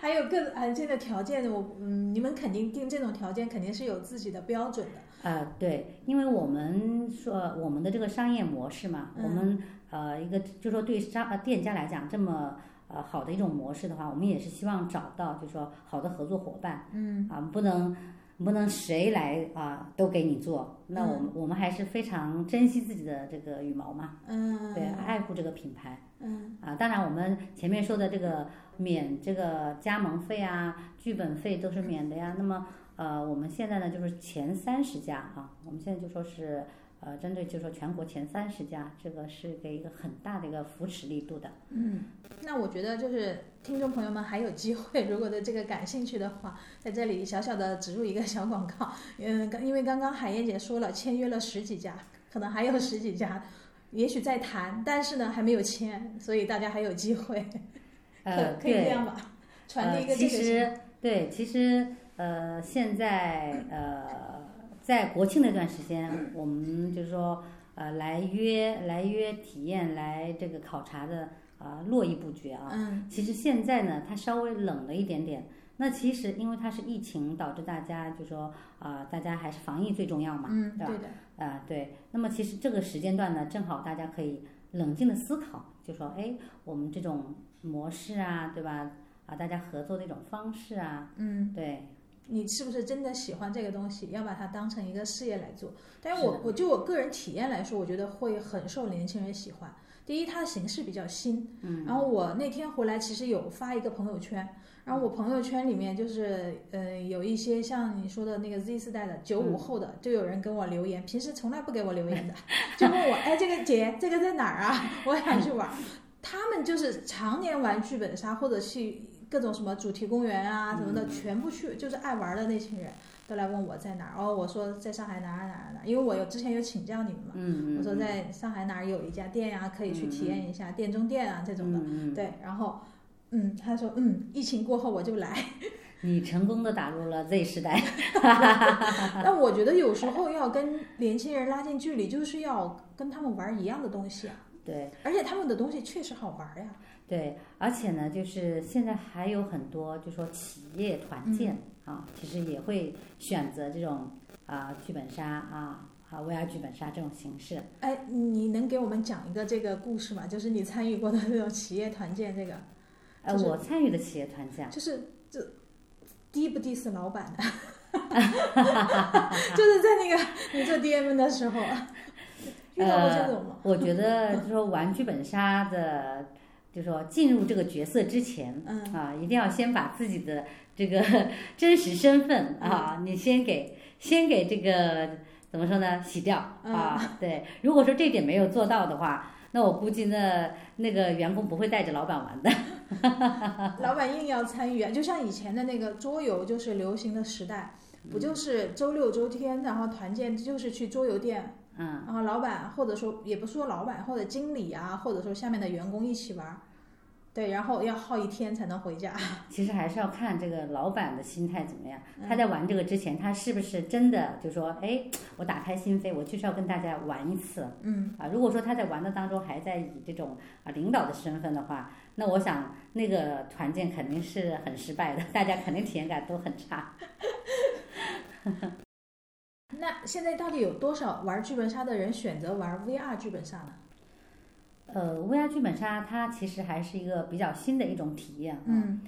B: 还有各啊这个条件，我嗯，你们肯定定这种条件肯定是有自己的标准的。
A: 呃，对，因为我们说我们的这个商业模式嘛，我
B: 嗯
A: 们呃一个就说对商呃店家来讲，这么呃好的一种模式的话，我们也是希望找到就说好的合作伙伴
B: 嗯
A: 啊，不能不能谁来啊都给你做，那我们我们还是非常珍惜自己的这个羽毛嘛，
B: 嗯，
A: 啊对，爱护这个品牌。
B: 嗯
A: 啊，当然我们前面说的这个免这个加盟费啊、剧本费都是免的呀。那么呃，我们现在呢就是前三十家啊，我们现在就说是呃，针对就是说全国前三十家，这个是给一个很大的一个扶持力度的。
B: 嗯，那我觉得就是听众朋友们还有机会，如果对这个感兴趣的话，在这里小小的植入一个小广告。嗯，刚因为刚刚海燕姐说了，签约了十几家，可能还有十几家，也许在谈，但是呢还没有签，所以大家还有机会，
A: 呃，
B: 可可以这
A: 对，
B: 样吧，传递一个
A: 呃、
B: 这
A: 其
B: 个信
A: 实对，其实呃，现在呃，在国庆那段时间，我们就是说。呃来约来约体验来这个考察的啊、络绎不绝啊。
B: 嗯
A: 其实现在呢，它稍微冷了一点点。那其实因为它是疫情导致大家就说啊、大家还是防疫最重要嘛，
B: 嗯，
A: 对吧
B: 对的，
A: 啊，对。那么其实这个时间段呢，正好大家可以冷静的思考，就说，哎，我们这种模式啊，对吧？啊，大家合作的一种方式啊，
B: 嗯。
A: 对，
B: 你是不是真的喜欢这个东西，要把它当成一个事业来做？但是
A: 是
B: 我
A: 的
B: 我就我个人体验来说，我觉得会很受年轻人喜欢。第一，它的形式比较新，嗯，然后我那天回来其实有发一个朋友圈，然后我朋友圈里面就是呃有一些像你说的那个 Z 世代的九五后的，就有人跟我留言，平时从来不给我留言的，就问我哎这个姐这个在哪儿啊？我也想去玩儿。他们就是常年玩剧本杀或者去各种什么主题公园
A: 嗯
B: 啊什么的，全部去，就是爱玩的那群人都来问我在哪儿。哦，我说在上海哪儿哪儿哪儿，因为我有之前有请教你们嘛，
A: 嗯嗯。
B: 我说
A: 嗯
B: 在上海哪儿有一家店呀、可以去体验一下店中店啊这种的。
A: 嗯嗯
B: 对，然后嗯，他说嗯，疫情过后我就来。
A: 你成功的打入了 Z 时代，
B: 但我觉得有时候要跟年轻人拉近距离，就是要跟他们玩一样的东西啊，
A: 对。
B: 而且他们的东西确实好玩呀。
A: 对，而且呢，就是现在还有很多，就说企业
B: 嗯
A: 团建、啊，其实也会选择这种啊、剧本杀啊啊 VR 剧本杀这种形式。
B: 哎，你能给我们讲一个这个故事吗？就是你参与过的这种企业团建，这个
A: 呃，
B: 就是
A: 我参与的企业团建，
B: 就是这 diss 不 diss 老板的， 就是在那个你做 DM 的时候，啊遇到过这种吗？
A: 我觉得就说玩剧本杀的，就说进入这个角色之前
B: 嗯
A: 啊，一定要先把自己的这个 真实身份啊，你先给先给这个怎么说呢，洗掉啊。对，如果说这点没有做到的话，那我估计那那个员工不会带着老板玩的。
B: 老板硬要参与啊，就像以前的那个桌游，就是流行的时代，不就是周六周天，然后团建就是去桌游店，
A: 嗯，
B: 然后老板或者说也不是说老板或者经理啊，或者说下面的员工一起玩儿，对，然后要耗一天才能回家。
A: 其实还是要看这个老板的心态怎么样。
B: 嗯
A: 他在玩这个之前，他是不是真的就说，哎，我打开心扉，我就是要跟大家玩一次。
B: 嗯。
A: 啊，如果说他在玩的当中还在以这种啊领导的身份的话，那我想那个团建肯定是很失败的， 大家肯定体验感都很差。
B: 那现在到底有多少玩剧本杀的人选择玩 VR 剧本杀呢？
A: 呃，VR 剧本杀它其实还是一个比较新的一种体验啊，
B: 嗯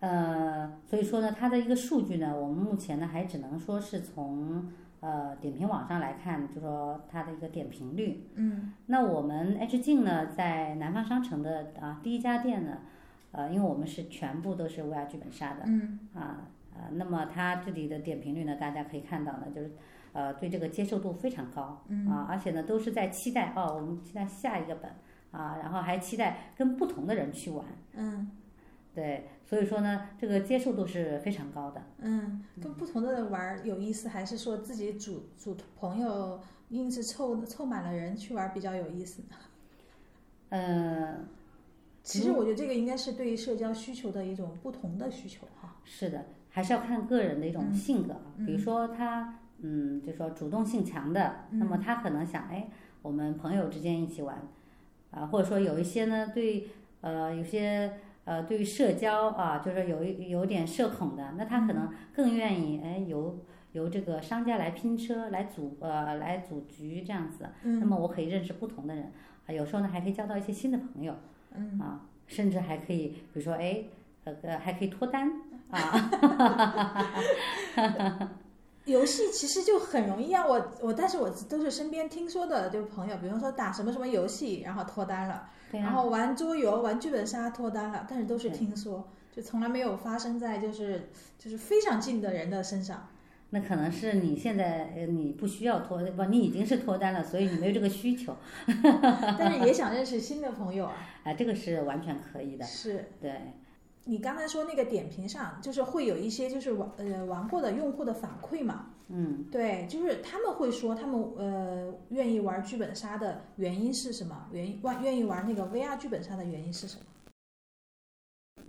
A: 呃，所以说呢，它的一个数据呢，我们目前呢还只能说是从呃点评网上来看，就说它的一个点评率，
B: 嗯
A: 那我们 H 镜呢，在南方商城的啊第一家店呢，呃，因为我们是全部都是 VR 剧本杀的
B: 嗯
A: 啊啊，那么它这里的点评率呢，大家可以看到呢，就是呃对这个接受度非常高
B: 嗯
A: 啊，而且呢都是在期待哦，我们期待下一个本啊，然后还期待跟不同的人去玩，
B: 嗯
A: 对，所以说呢，这个接受度是非常高的。
B: 嗯，跟不同的人玩有意思，还是说自己组组朋友硬是凑凑满了人去玩比较有意思呢？
A: 呃，
B: 其实我觉得这个应该是对于社交需求的一种不同的需求哈。
A: 是的，还是要看个人的一种
B: 啊嗯
A: 性格啊。比如
B: 嗯
A: 说他，嗯，就说主动性强的，那么他可能想，哎，我们朋友之间一起玩，啊，或者说有一些呢，对，呃，有些呃，对于社交啊，就是有一有点社恐的，那
B: 嗯
A: 他可能更愿意，哎，由由这个商家来拼车，来组呃，来组局这样子。那
B: 嗯
A: 么我可以认识不同的人，啊，有时候呢还可以交到一些新的朋友。
B: 嗯，
A: 啊，甚至还可以，比如说，哎，呃呃，还可以脱单啊，
B: 游戏其实就很容易让我我，但是我都是身边听说的，就是朋友，比方说打什么什么游戏，然后脱单了。
A: 对
B: 然
A: 啊，
B: 后玩桌游、玩剧本杀脱单了，但是都是
A: 对
B: 听说，就从来没有发生在就是就是非常近的人的身上。
A: 那可能是你现在呃你不需要脱，不，你已经是脱单了，所以你没有这个需求
B: 但是也想认识新的朋友啊。
A: 啊，这个是完全可以的，
B: 是
A: 对，
B: 你刚才说那个点评上，就是会有一些就是玩呃玩过的用户的反馈嘛？
A: 嗯。
B: 对，就是他们会说他们呃愿意玩剧本杀的原因是什么？原因玩愿意玩那个 VR 剧本杀的原因是什么？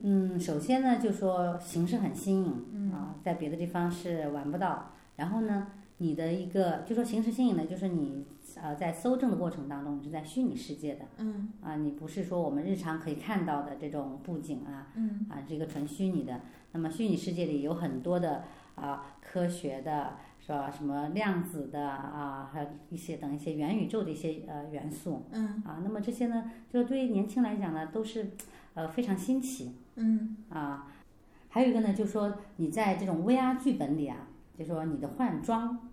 A: 嗯，首先呢，就说形式很新颖
B: 嗯
A: 啊，在别的地方是玩不到。然后呢，你的一个，就说形式新颖的，就是你呃在搜证的过程当中，你是在虚拟世界的
B: 嗯
A: 啊，你不是说我们日常可以看到的这种布景啊
B: 嗯
A: 啊，这个纯虚拟的。那么虚拟世界里有很多的啊科学的是吧？什么量子的啊，还有一些等一些元宇宙的一些呃元素
B: 嗯
A: 啊。那么这些呢，就对于年轻来讲呢，都是呃非常新奇。
B: 嗯
A: 啊，还有一个呢，就是说你在这种 VR 剧本里啊，就说你的换装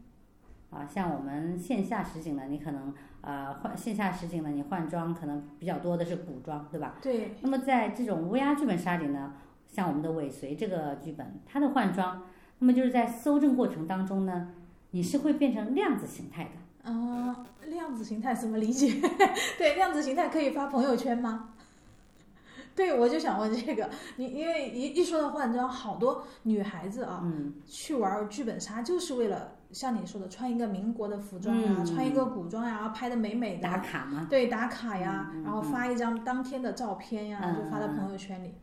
A: 啊，像我们线下实景呢，你可能呃换线下实景呢，你换装可能比较多的是古装，对吧？
B: 对
A: 那么在这种 VR 剧本杀里呢，像我们的尾随这个剧本，它的换装，那么就是在搜证过程当中呢，你是会变成量子形态的。
B: 啊、量子形态怎么理解？ 对，量子形态可以发朋友圈吗？对，我就想问这个，你因为一一说到换装，好多女孩子啊，
A: 嗯，
B: 去玩剧本杀就是为了像你说的穿一个民国的服装呀、
A: 嗯
B: 穿一个古装呀，拍的美美的
A: 打
B: 啊，
A: 卡嘛。
B: 对，打卡呀，
A: 嗯嗯
B: 然后发一张当天的照片呀，
A: 嗯
B: 就发到朋友圈里。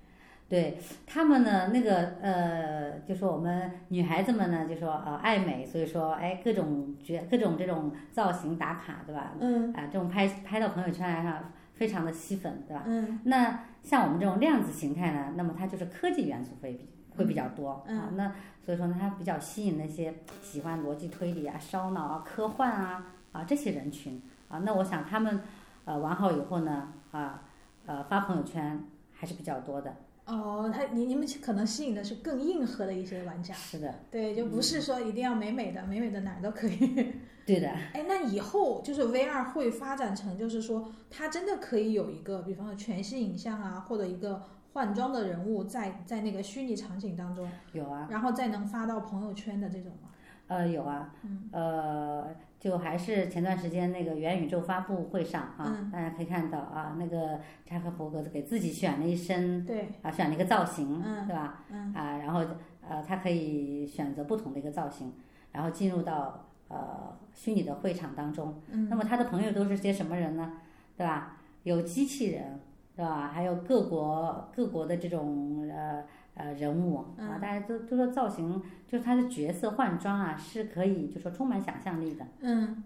A: 对他们呢，那个呃，就说我们女孩子们呢，就说呃爱美，所以说哎各种觉各种这种造型打卡，对吧？
B: 嗯
A: 啊，这种拍拍到朋友圈来上，非常的吸粉，对吧？
B: 嗯
A: 那像我们这种量子形态呢，那么它就是科技元素会比会比较多、
B: 嗯
A: 啊，那所以说呢，它比较吸引那些喜欢逻辑推理啊、烧脑啊、科幻啊啊这些人群啊。那我想他们呃玩好以后呢，啊呃发朋友圈还是比较多的，
B: 哦，他你你们可能吸引的是更硬核的一些玩家，
A: 是的。
B: 对，就不
A: 嗯
B: 是说一定要美美的，美美的哪儿都可以。
A: 对的，
B: 哎，那以后就是 VR 会发展成，就是说它真的可以有一个，比方说全息影像啊，或者一个换装的人物在在那个虚拟场景当中，
A: 有啊，
B: 然后再能发到朋友圈的这种吗？
A: 呃，有啊，
B: 嗯
A: 呃，就还是前段时间那个元宇宙发布会上啊，
B: 嗯
A: 大家可以看到啊，那个扎克伯格给自己选了一身
B: 对，
A: 啊，选了一个造型，
B: 嗯
A: 对吧？
B: 嗯
A: 啊，然后呃，他可以选择不同的一个造型，然后进入到呃虚拟的会场当中。
B: 嗯
A: 那么他的朋友都是些什么人呢？对吧？有机器人，对吧？还有各国各国的这种呃呃人物啊，
B: 嗯
A: 大家都都说造型，就是他的角色换装啊，是可以就说充满想象力的。
B: 嗯，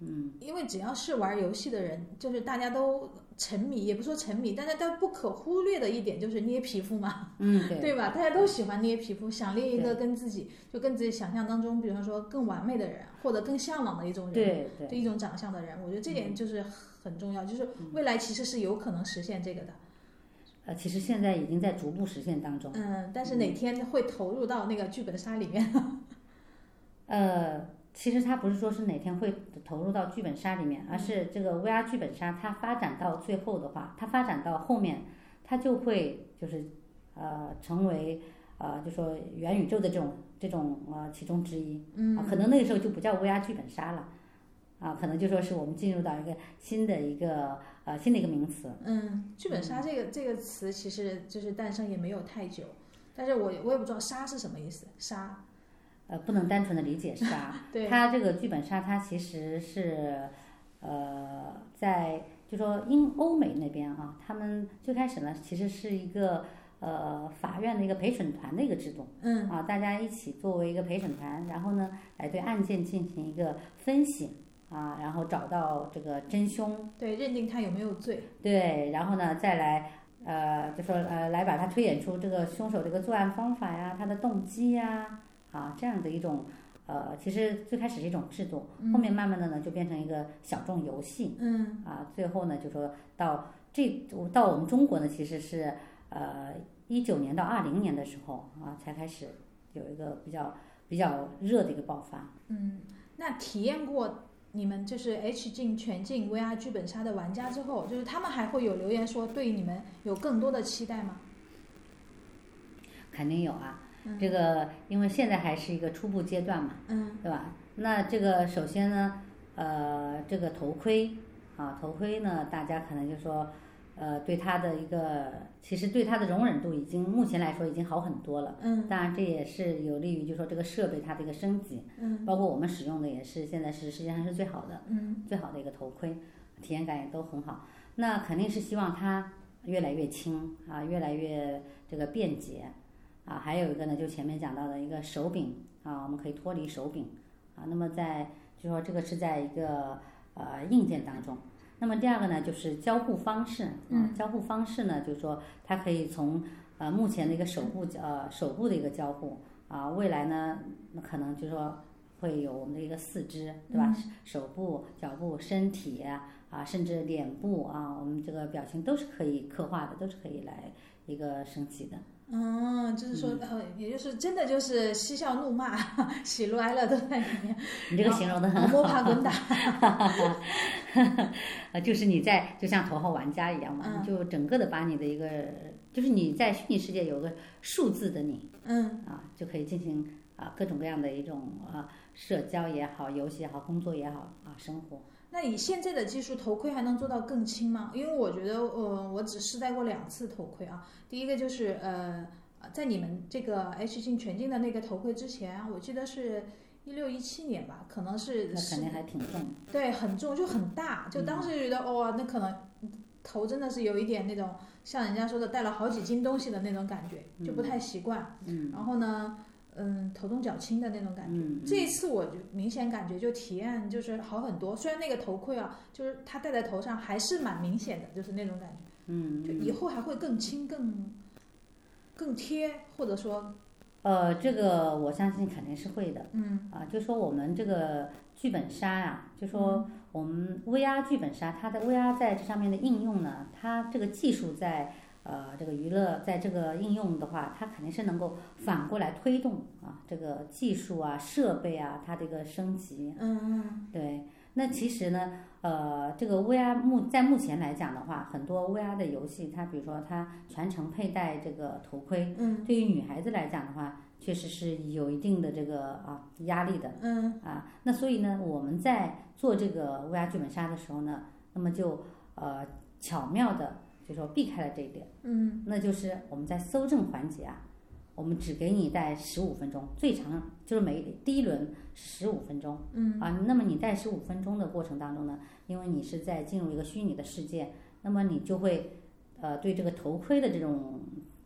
A: 嗯，
B: 因为只要是玩游戏的人，就是大家都沉迷，也不说沉迷，但是但不可忽略的一点就是捏皮肤嘛，
A: 嗯，对，
B: 对吧？大家都喜欢捏皮肤，想捏一
A: 对
B: 个跟自己就跟自己想象当中，比方说更完美的人，或者更向往的一种人，
A: 对对嗯
B: 就一种长相的人，我觉得这点就是很重要，就是未来其实是有可能实现这个的，
A: 呃，其实现在已经在逐步实现当中。
B: 嗯，但是哪天会投入到那个剧本杀里面？
A: 呃，其实它不是说是哪天会投入到剧本杀里面，而是这个 VR 剧本杀它发展到最后的话，它发展到后面，它就会就是呃成为呃就说元宇宙的这种这种呃其中之一。
B: 嗯
A: 啊，可能那个时候就不叫 VR 剧本杀了，啊，可能就说是我们进入到一个新的一个呃新的一个名词。
B: 嗯，剧本杀这个、这个词其实就是诞生也没有太久，但是我我也不知道“杀”是什么意思，杀，，
A: 呃，不能单纯的理解杀
B: 对
A: 它这个剧本杀，它其实是，呃，在就说英欧美那边啊，他们最开始呢，其实是一个呃法院的一个陪审团的一个制度
B: 嗯
A: 啊，大家一起作为一个陪审团，然后呢，来对案件进行一个分析啊，然后找到这个真凶，
B: 对，认定他有没有罪，
A: 对，然后呢，再来呃，就说呃，来把它推演出这个凶手这个作案方法呀，他的动机呀，啊，这样的一种呃，其实最开始是一种制度，后面慢慢的呢就变成一个小众游戏
B: 嗯
A: 啊，最后呢就说到这到我们中国呢其实是呃一九年到二零年的时候啊才开始有一个比较比较热的一个爆发。
B: 嗯，那体验过你们就是 H 镜全镜 VR 剧本杀的玩家之后，就是他们还会有留言说对你们有更多的期待吗？
A: 肯定有啊，
B: 嗯
A: 这个因为现在还是一个初步阶段嘛，
B: 嗯
A: 对吧？那这个首先呢，呃，这个头盔啊，头盔呢，大家可能就说，呃，对它的一个，其实对它的容忍度已经目前来说已经好很多了。
B: 嗯
A: 当然，这也是有利于就说这个设备它的一个升级，
B: 嗯
A: 包括我们使用的也是现在是世界上是最好的，
B: 嗯
A: 最好的一个头盔，体验感也都很好。那肯定是希望它越来越轻啊，越来越这个便捷啊。还有一个呢，就前面讲到的一个手柄啊，我们可以脱离手柄啊。那么在就说这个是在一个呃硬件当中。那么第二个呢，就是交互方式，嗯，交互方式呢，就是说它可以从呃目前的一个手部呃手部的一个交互啊，未来呢那可能就是说会有我们的一个四肢对吧？手部、脚部、身体啊，甚至脸部啊，我们这个表情都是可以刻画的，都是可以来一个升级的。
B: 嗯，就是说，呃，也就是真的就是嬉笑怒骂、 喜怒哀乐都在里面，
A: 你这个形容的很
B: 摸
A: 好，
B: 爬滚打。
A: 呃，就是你在就像头号玩家一样
B: 嗯
A: 嘛，你就整个的把你的一个，就是你在虚拟世界有个数字的你
B: 嗯
A: 啊，就可以进行啊各种各样的一种啊社交也好、游戏也好、工作也好啊生活。
B: 那以现在的技术，头盔还能做到更轻吗？因为我觉得，呃，我只试戴过两次头盔啊。第一个就是，呃，在你们这个 H 镜全镜的那个头盔之前，啊我记得是一六一七年吧，可能是
A: 那
B: 是
A: 肯定还挺重的，
B: 对，很重，就很大，就当时
A: 嗯
B: 就觉得，哦，那可能头真的是有一点那种像人家说的带了好几斤东西的那种感觉，就不太习惯。
A: 嗯
B: 然后呢，嗯，头重脚轻的那种感觉。
A: 嗯，
B: 这一次我就明显感觉就体验就是好很多，虽然那个头盔啊，就是它戴在头上还是蛮明显的，就是那种感觉。
A: 嗯，
B: 就以后还会更轻、更更贴，或者说，
A: 呃，这个我相信肯定是会的。
B: 嗯
A: 啊，就说我们这个剧本杀呀、就说
B: 嗯
A: 我们 VR 剧本杀，它的 VR 在这上面的应用呢，它这个技术在呃这个娱乐，在这个应用的话，它肯定是能够反过来推动啊这个技术啊、设备啊它的一个升级。
B: 嗯
A: 对，那其实呢，呃，这个 VR 目在目前来讲的话，很多 VR 的游戏，它比如说它全程佩戴这个头盔，
B: 嗯
A: 对于女孩子来讲的话，确实是有一定的这个啊压力的。
B: 嗯嗯
A: 啊，那所以呢，我们在做这个 VR 剧本杀的时候呢，那么就呃巧妙的就说避开了这一点，
B: 嗯
A: 那就是我们在搜证环节啊，我们只给你带十五分钟，最长就是每第一轮十五分钟
B: 嗯
A: 啊。那么你带十五分钟的过程当中呢，因为你是在进入一个虚拟的世界，那么你就会呃对这个头盔的这种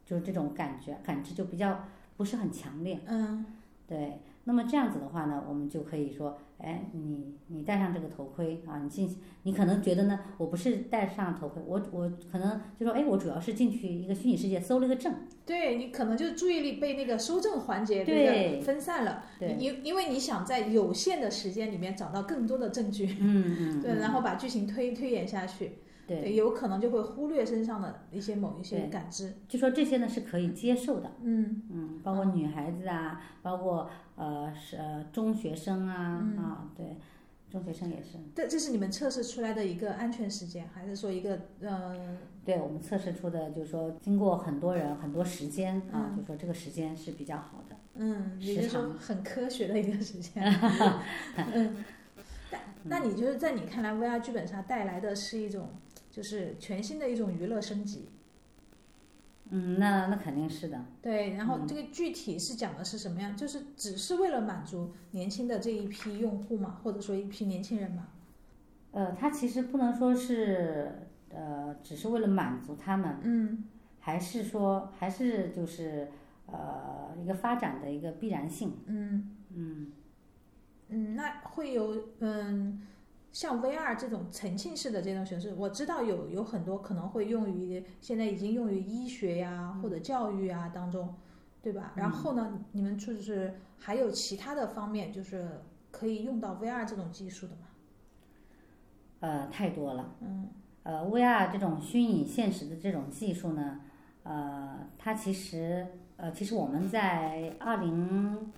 A: 就是这种感觉感知就比较不是很强烈。
B: 嗯
A: 对，那么这样子的话呢，我们就可以说，哎，你你戴上这个头盔啊，你进，你可能觉得呢，我不是戴上头盔，我我可能就说，哎，我主要是进去一个虚拟世界搜了一个证，
B: 对你可能就注意力被那个搜证环节这
A: 对
B: 个分散了，
A: 对，
B: 因因为你想在有限的时间里面找到更多的证据，
A: 嗯嗯，
B: 对，
A: 嗯
B: 然后把剧情推推演下去，
A: 对，
B: 对，有可能就会忽略身上的一些某一些
A: 对
B: 感知，
A: 就说这些呢是可以接受的，
B: 嗯
A: 嗯，包括
B: 嗯
A: 女孩子啊，包括呃是呃中学生啊、
B: 嗯
A: 啊，对，中学生也是，
B: 这这是你们测试出来的一个安全时间，还是说一个呃
A: 对我们测试出的就是说，经过很多人很多时间啊，
B: 嗯
A: 就说这个时间是比较好的。
B: 嗯，也就是
A: 时
B: 说
A: 长
B: 很科学的一个时 间。嗯，那那你就是在你看来，VR 剧本杀带来的是一种就是全新的一种娱乐升级，
A: 嗯，那那肯定是的。
B: 对。然后这个具体是讲的是什么样？就是只是为了满足年轻的这一批用户嘛，或者说一批年轻人嘛？
A: 呃，它其实不能说是呃，只是为了满足他们，
B: 嗯
A: 还是说还是就是呃一个发展的一个必然性。
B: 嗯
A: 嗯，
B: 嗯，那会有嗯。像 VR 这种沉浸式的这种形式，我知道有有很多可能会用于现在已经用于医学呀、或者教育啊当中，对吧？然后呢，你们就是还有其他的方面，就是可以用到 VR 这种技术的嘛？
A: 呃，太多了。
B: 嗯
A: 呃，VR 这种虚拟现实的这种技术呢，呃，它其实呃，其实我们在二零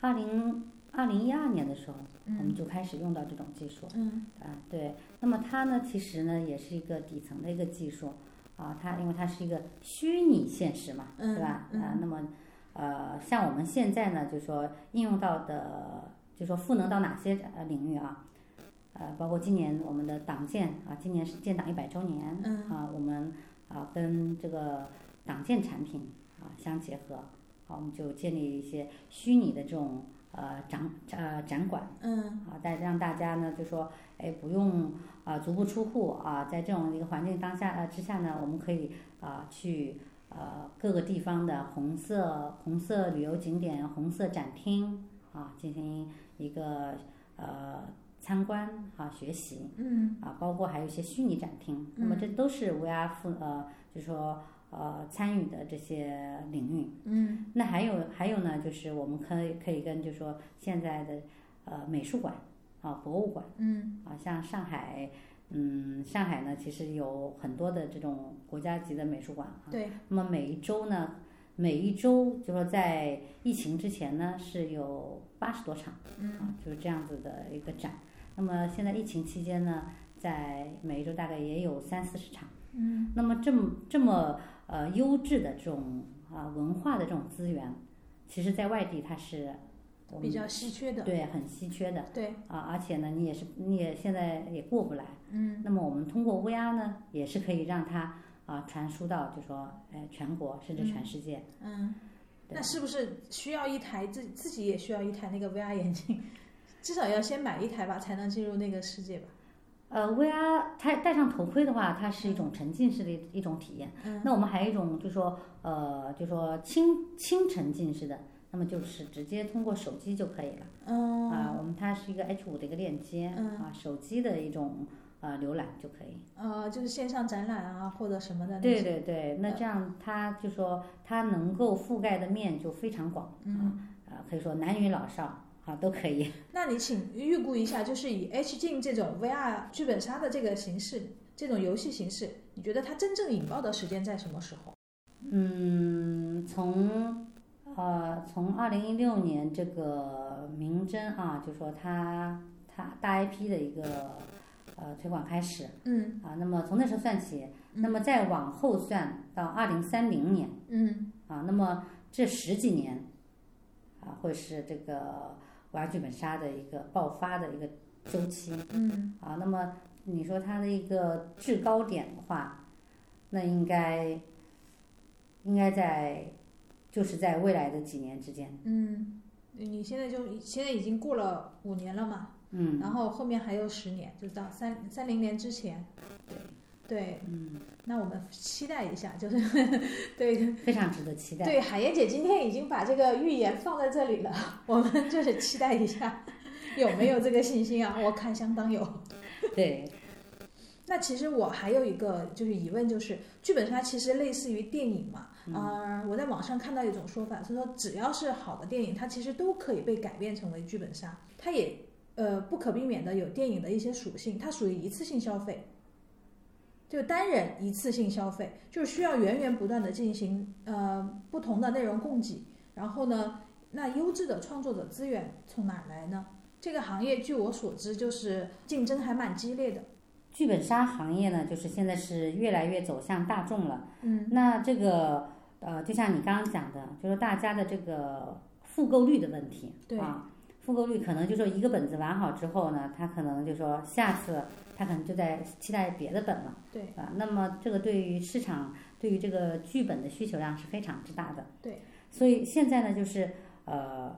A: 二零二零一二年的时候，我们
B: 嗯
A: 就开始用到这种技术。
B: 嗯
A: 啊，对。那么它呢，其实呢也是一个底层的一个技术啊，它因为它是一个虚拟现实嘛，
B: 嗯
A: 对吧？
B: 嗯
A: 啊，那么呃，像我们现在呢，就说应用到的，就说赋能到哪些呃领域啊？呃，包括今年我们的党建啊，今年是建党一百周年，
B: 嗯
A: 啊，我们啊跟这个党建产品啊相结合，啊，我们就建立一些虚拟的这种呃展呃展馆。
B: 嗯
A: 啊，再让大家呢就说，哎，不用啊、足不出户啊，在这种一个环境当下呃之下呢，我们可以啊、去呃各个地方的红色红色旅游景点、红色展厅啊进行一个呃参观啊学习
B: 嗯
A: 啊，包括还有一些虚拟展厅，那么这都是 VR 附呃就是说呃参与的这些领域。
B: 嗯
A: 那还有还有呢，就是我们可以可以跟就说现在的呃美术馆啊博物馆
B: 嗯
A: 啊，像上海。嗯，上海呢，其实有很多的这种国家级的美术馆啊，
B: 对，
A: 那么每一周呢，每一周就说在疫情之前呢是有八十多场，
B: 嗯
A: 啊，就是这样子的一个展。那么现在疫情期间呢，在每一周大概也有三四十场。嗯，那么这么这么呃优质的这种啊、文化的这种资源，其实在外地它是我们
B: 比较稀缺的，
A: 对很稀缺的
B: 对，
A: 啊，而且呢你也是你也现在也过不来。
B: 嗯
A: 那么我们通过 VR 呢，也是可以让它啊传输到，就说呃全国甚至全世界。
B: 嗯，
A: 对
B: 那是不是需要一台自自己也需要一台那个 VR 眼镜？ 至少要先买一台吧，才能进入那个世界吧。
A: 呃，VR 它戴上头盔的话，它是一种沉浸式的一一种体验。
B: 嗯
A: 那我们还有一种，就说呃，就说轻轻沉浸式的，那么就是直接通过手机就可以了。啊，
B: 嗯
A: 我们它是一个 H 五的一个链接，
B: 嗯
A: 啊，手机的一种呃浏览就可以。
B: 呃，就是线上展览啊，或者什么的那
A: 对
B: 些，
A: 对对，那
B: 呃
A: 这样它就说它能够覆盖的面就非常广，
B: 嗯，
A: 啊，可以说男女老少啊都可以。
B: 那你请预估一下，就是以 H 镜这种 VR 剧本杀的这个形式，这种游戏形式，你觉得它真正引爆的时间在什么时候？
A: 嗯，从呃，从二零一六年这个明侦啊，就说它它大 IP 的一个呃推广开始
B: 嗯
A: 啊，那么从那时候算起，那么再往后算到二零三零年
B: 嗯
A: 啊，那么这十几年啊，会是这个玩剧本杀的一个爆发的一个周期
B: 嗯
A: 啊。那么你说它的一个制高点的话，那应该应该在就是在未来的几年之间，
B: 嗯，你现在就现在已经过了五年了嘛，
A: 嗯，
B: 然后后面还有十年，就到三三零年之前。
A: 对，
B: 对，
A: 嗯，
B: 那我们期待一下，就是 对
A: 非常值得期待。
B: 对，海燕姐今天已经把这个预言放在这里了，我们就是期待一下，有没有这个信心啊？我看相当有。
A: 对，
B: 那其实我还有一个就是疑问，就是剧本杀其实类似于电影嘛，嗯、呃，我在网上看到一种说法，是说只要是好的电影，它其实都可以被改变成为剧本杀，它也呃不可避免的有电影的一些属性，它属于一次性消费，就单人一次性消费，就是需要源源不断的进行呃不同的内容供给，然后呢，那优质的创作者资源从哪儿来呢？这个行业据我所知，就是竞争还蛮激烈的，
A: 剧本杀行业呢，就是现在是越来越走向大众了。
B: 嗯。
A: 那这个呃，就像你刚刚讲的，就是大家的这个复购率的问题，
B: 对
A: 啊，复购率可能就说一个本子玩好之后呢，他可能就说下次他可能就在期待别的本了，
B: 对
A: 啊，那么这个对于市场对于这个剧本的需求量是非常之大的，
B: 对，
A: 所以现在呢，就是呃，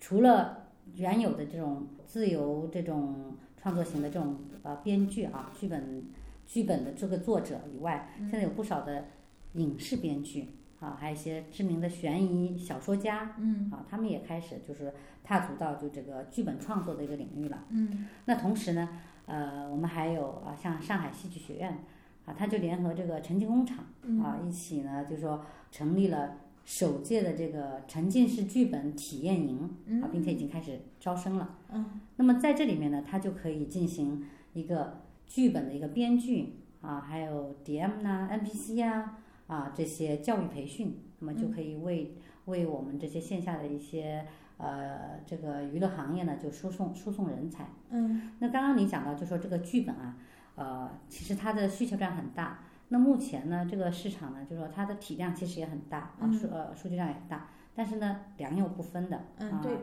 A: 除了原有的这种自由这种创作型的这种呃编剧啊，剧本剧本的这个作者以外，
B: 嗯
A: 现在有不少的影视编剧啊，还有一些知名的悬疑小说家
B: 嗯
A: 啊，他们也开始就是踏足到就这个剧本创作的一个领域了。
B: 嗯
A: 那同时呢，呃，我们还有啊，像上海戏剧学院啊，它就联合这个沉浸工厂
B: 嗯
A: 啊，一起呢，就说成立了首届的这个沉浸式剧本体验营啊，并且已经开始招生了。
B: 嗯
A: 那么在这里面呢，它就可以进行一个剧本的一个编剧啊，还有 DM 呐、NPC 呀啊这些教育培训，那么就
B: 嗯
A: 可以为、为我们这些线下的一些呃这个娱乐行业呢，就输送输送人才。
B: 嗯
A: 那刚刚你讲到，就说这个剧本啊，呃，其实它的需求量很大。那目前呢，这个市场呢，就说它的体量其实也很大啊，
B: 嗯
A: 数呃数据量也很大，但是呢，良莠不分的
B: 嗯，对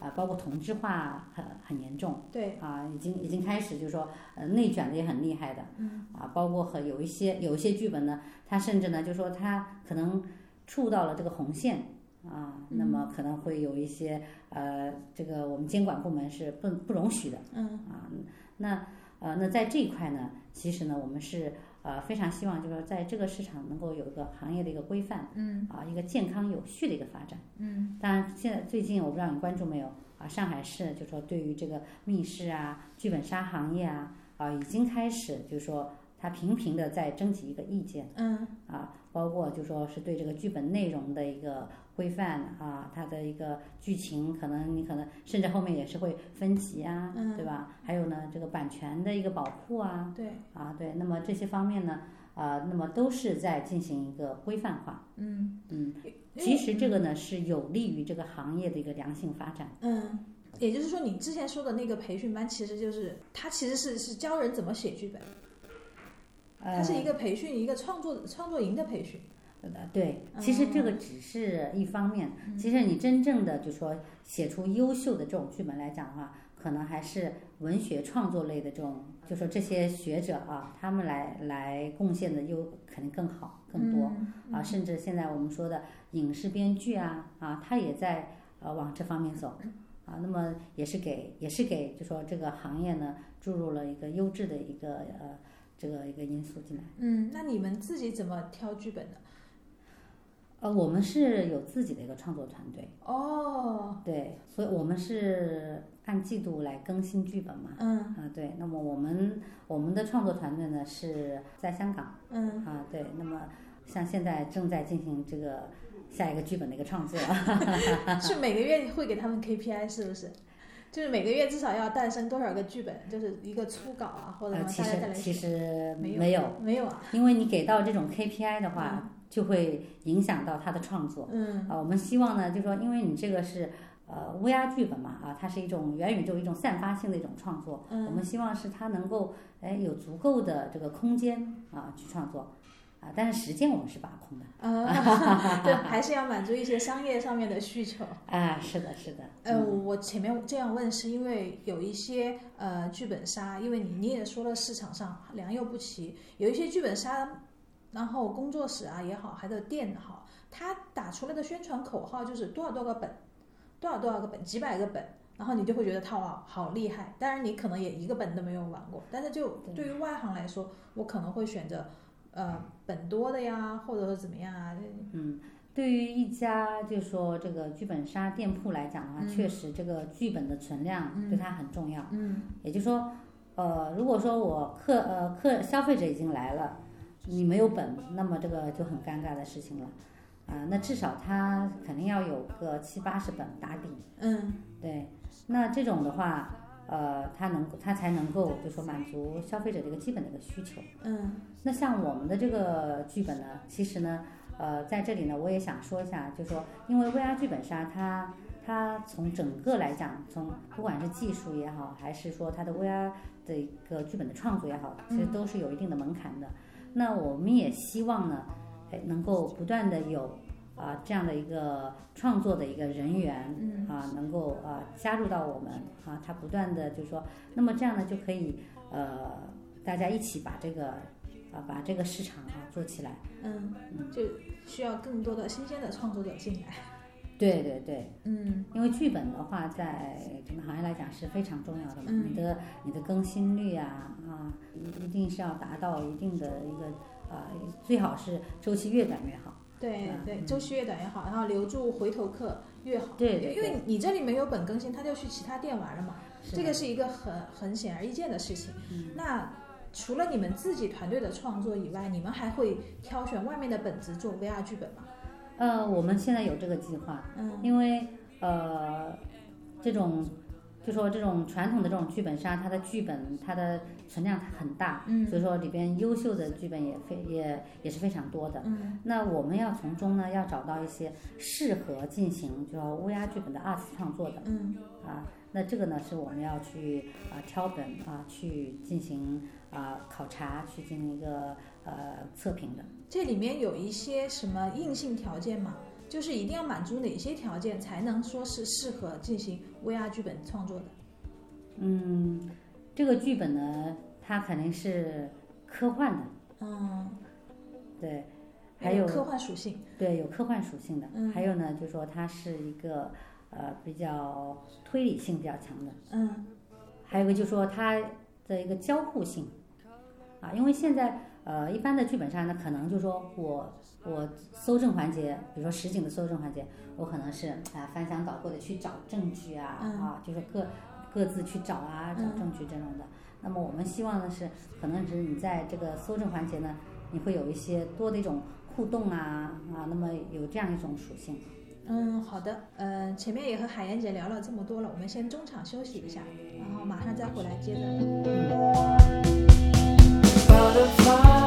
A: 啊，包括同质化很很严重
B: 对，
A: 啊，已经已经开始就是说呃内卷的也很厉害的，
B: 嗯
A: 啊，包括和有一些有一些剧本呢，它甚至呢就说它可能触到了这个红线啊，那么可能会有一些呃这个我们监管部门是不不容许的。
B: 嗯
A: 啊，那呃，那在这一块呢，其实呢，我们是呃非常希望，就是说在这个市场能够有一个行业的一个规范
B: 嗯
A: 啊，一个健康有序的一个发展。
B: 嗯
A: 当然，现在最近我不知道你关注没有，啊、上海市就说对于这个密室啊、剧本杀行业啊，啊、已经开始就说它频频的在征集一个意见。
B: 嗯
A: 啊，包括就说是对这个剧本内容的一个规范啊，它的一个剧情，可能你可能甚至后面也是会分级啊，
B: 嗯
A: 对吧？还有呢，这个版权的一个保护啊，
B: 对，
A: 啊对，那么这些方面呢，啊，那么都是在进行一个规范化。
B: 嗯
A: 嗯，
B: 因为
A: 其实这个呢是有利于这个行业的一个良性发展。
B: 嗯，也就是说，你之前说的那个培训班，其实就是它其实是是教人怎么写剧本，它
A: 呃，
B: 是一个培训，一个创作创作营的培训。
A: 呃，对，其实这个只是一方面。其实你真正的就说写出优秀的这种剧本来讲的话，可能还是文学创作类的这种，就说这些学者啊，他们来来贡献的优肯定更好更多、
B: 嗯
A: 啊。甚至现在我们说的影视编剧啊啊，他也在呃往这方面走啊。那么也是给也是给就说这个行业呢注入了一个优质的一个呃这个一个因素进来。
B: 嗯，那你们自己怎么挑剧本的？
A: 呃，我们是有自己的一个创作团队，
B: 哦，
A: 对，所以我们是按季度来更新剧本嘛。
B: 嗯
A: 啊，对，那么我们我们的创作团队呢是在香港
B: 嗯，
A: 啊，对，那么像现在正在进行这个下一个剧本的一个 创作，
B: 是每个月会给他们 KPI 是不是？就是每个月至少要诞生多少个剧本，就是一个初稿啊，或者
A: 呃，
B: 让
A: 其
B: 大家再
A: 实
B: 来
A: 其
B: 写。
A: 实
B: 没有嗯
A: 没有，
B: 没有啊，
A: 因为你给到这种 KPI 的话，就会影响到他的创作。
B: 嗯
A: 啊，我们希望呢，就说因为你这个是呃乌鸦剧本嘛，啊，它是一种元宇宙一种散发性的一种创作，我
B: 嗯
A: 们希望是它能够哎有足够的这个空间啊去创作，啊，但是时间我们是把控的。
B: 啊， 对，还是要满足一些商业上面的需求。
A: 啊，是的，是的。
B: 哦呃，
A: 嗯
B: 我前面这样问是因为有一些呃剧本杀，因为你你也说了市场上良莠不齐，有一些剧本杀，然后工作室啊也好，还有店好，他打出来的宣传口号就是多少多少个本，多少多少个本，几百个本，然后你就会觉得他哇好厉害。当然你可能也一个本都没有玩过，但是就
A: 对
B: 对于外行来说，我可能会选择呃本多的呀，或者说怎么样啊，
A: 嗯，对于一家就说这个剧本杀店铺来讲的话，
B: 嗯
A: 确实这个剧本的存量对它很重要。
B: 嗯
A: 也就是说，呃，如果说我客呃客消费者已经来了，你没有本，那么这个就很尴尬的事情了。啊、那至少他肯定要有个七八十本打底。
B: 嗯
A: 对，那这种的话，呃，它能它才能够就说满足消费者的一个基本的一个需求。
B: 嗯
A: 那像我们的这个剧本呢，其实呢，呃，在这里呢，我也想说一下，就说因为 VR 剧本杀它。它从整个来讲，从不管是技术也好，还是说它的 VR 的一个剧本的创作也好，其实都是有一定的门槛的。那我们也希望呢，哎，能够不断的有啊、这样的一个创作的一个人员，
B: 嗯
A: 啊，能够啊加入到我们啊，他不断的就说，那么这样呢就可以呃，大家一起把这个啊把这个市场啊做起来。
B: 嗯，就需要更多的新鲜的创作者进来。
A: 对对对，
B: 嗯
A: 因为剧本的话，在整个行业来讲是非常重要的嘛，
B: 嗯
A: 你的你的更新率啊啊，一一定是要达到一定的一个啊、最好是周期越短越好。，
B: 对
A: 嗯
B: 对，周期越短越好，然后留住回头客越好。
A: 对对
B: 因为
A: 对
B: 你这里没有本更新，他就去其他店玩了嘛。
A: 是
B: 这
A: 的
B: 个是一个很很显而易见的事情。
A: 嗯
B: 那除了你们自己团队的创作以外，你们还会挑选外面的本子做 VR 剧本吗？
A: 呃，我们现在有这个计划，
B: 嗯
A: 因为呃，这种就说这种传统的这种剧本杀，它的剧本它的存量很大，
B: 嗯
A: 所以说里边优秀的剧本也非也也是非常多的。
B: 嗯
A: 那我们要从中呢，要找到一些适合进行就说乌鸦剧本的二次创作的
B: 嗯
A: 啊。那这个呢，是我们要去啊、挑本啊、去进行啊、考察，去进行一个呃测评的。
B: 这里面有一些什么硬性条件吗？就是一定要满足哪些条件才能说是适合进行 VR 剧本创作的？
A: 嗯，这个剧本呢，它肯定是科幻的，
B: 嗯，
A: 对，还有
B: 科幻属性。
A: 对有科幻属性的，
B: 嗯
A: 还有呢，就是说它是一个呃比较推理性比较强的，
B: 嗯
A: 还有一个就是说它的一个交互性啊，因为现在呃，一般的剧本杀呢，可能就是说我我搜证环节，比如说实景的搜证环节，我可能是啊翻箱倒柜的去找证据啊、
B: 嗯
A: 啊，就是各各自去找啊找
B: 嗯
A: 证据这种的。那么我们希望的是，可能是你在这个搜证环节呢，你会有一些多的一种互动啊啊，那么有这样一种属性。
B: 嗯，好的。呃，前面也和海燕姐聊了这么多了，我们先中场休息一下，然后马上再回来接着。
C: Butterfly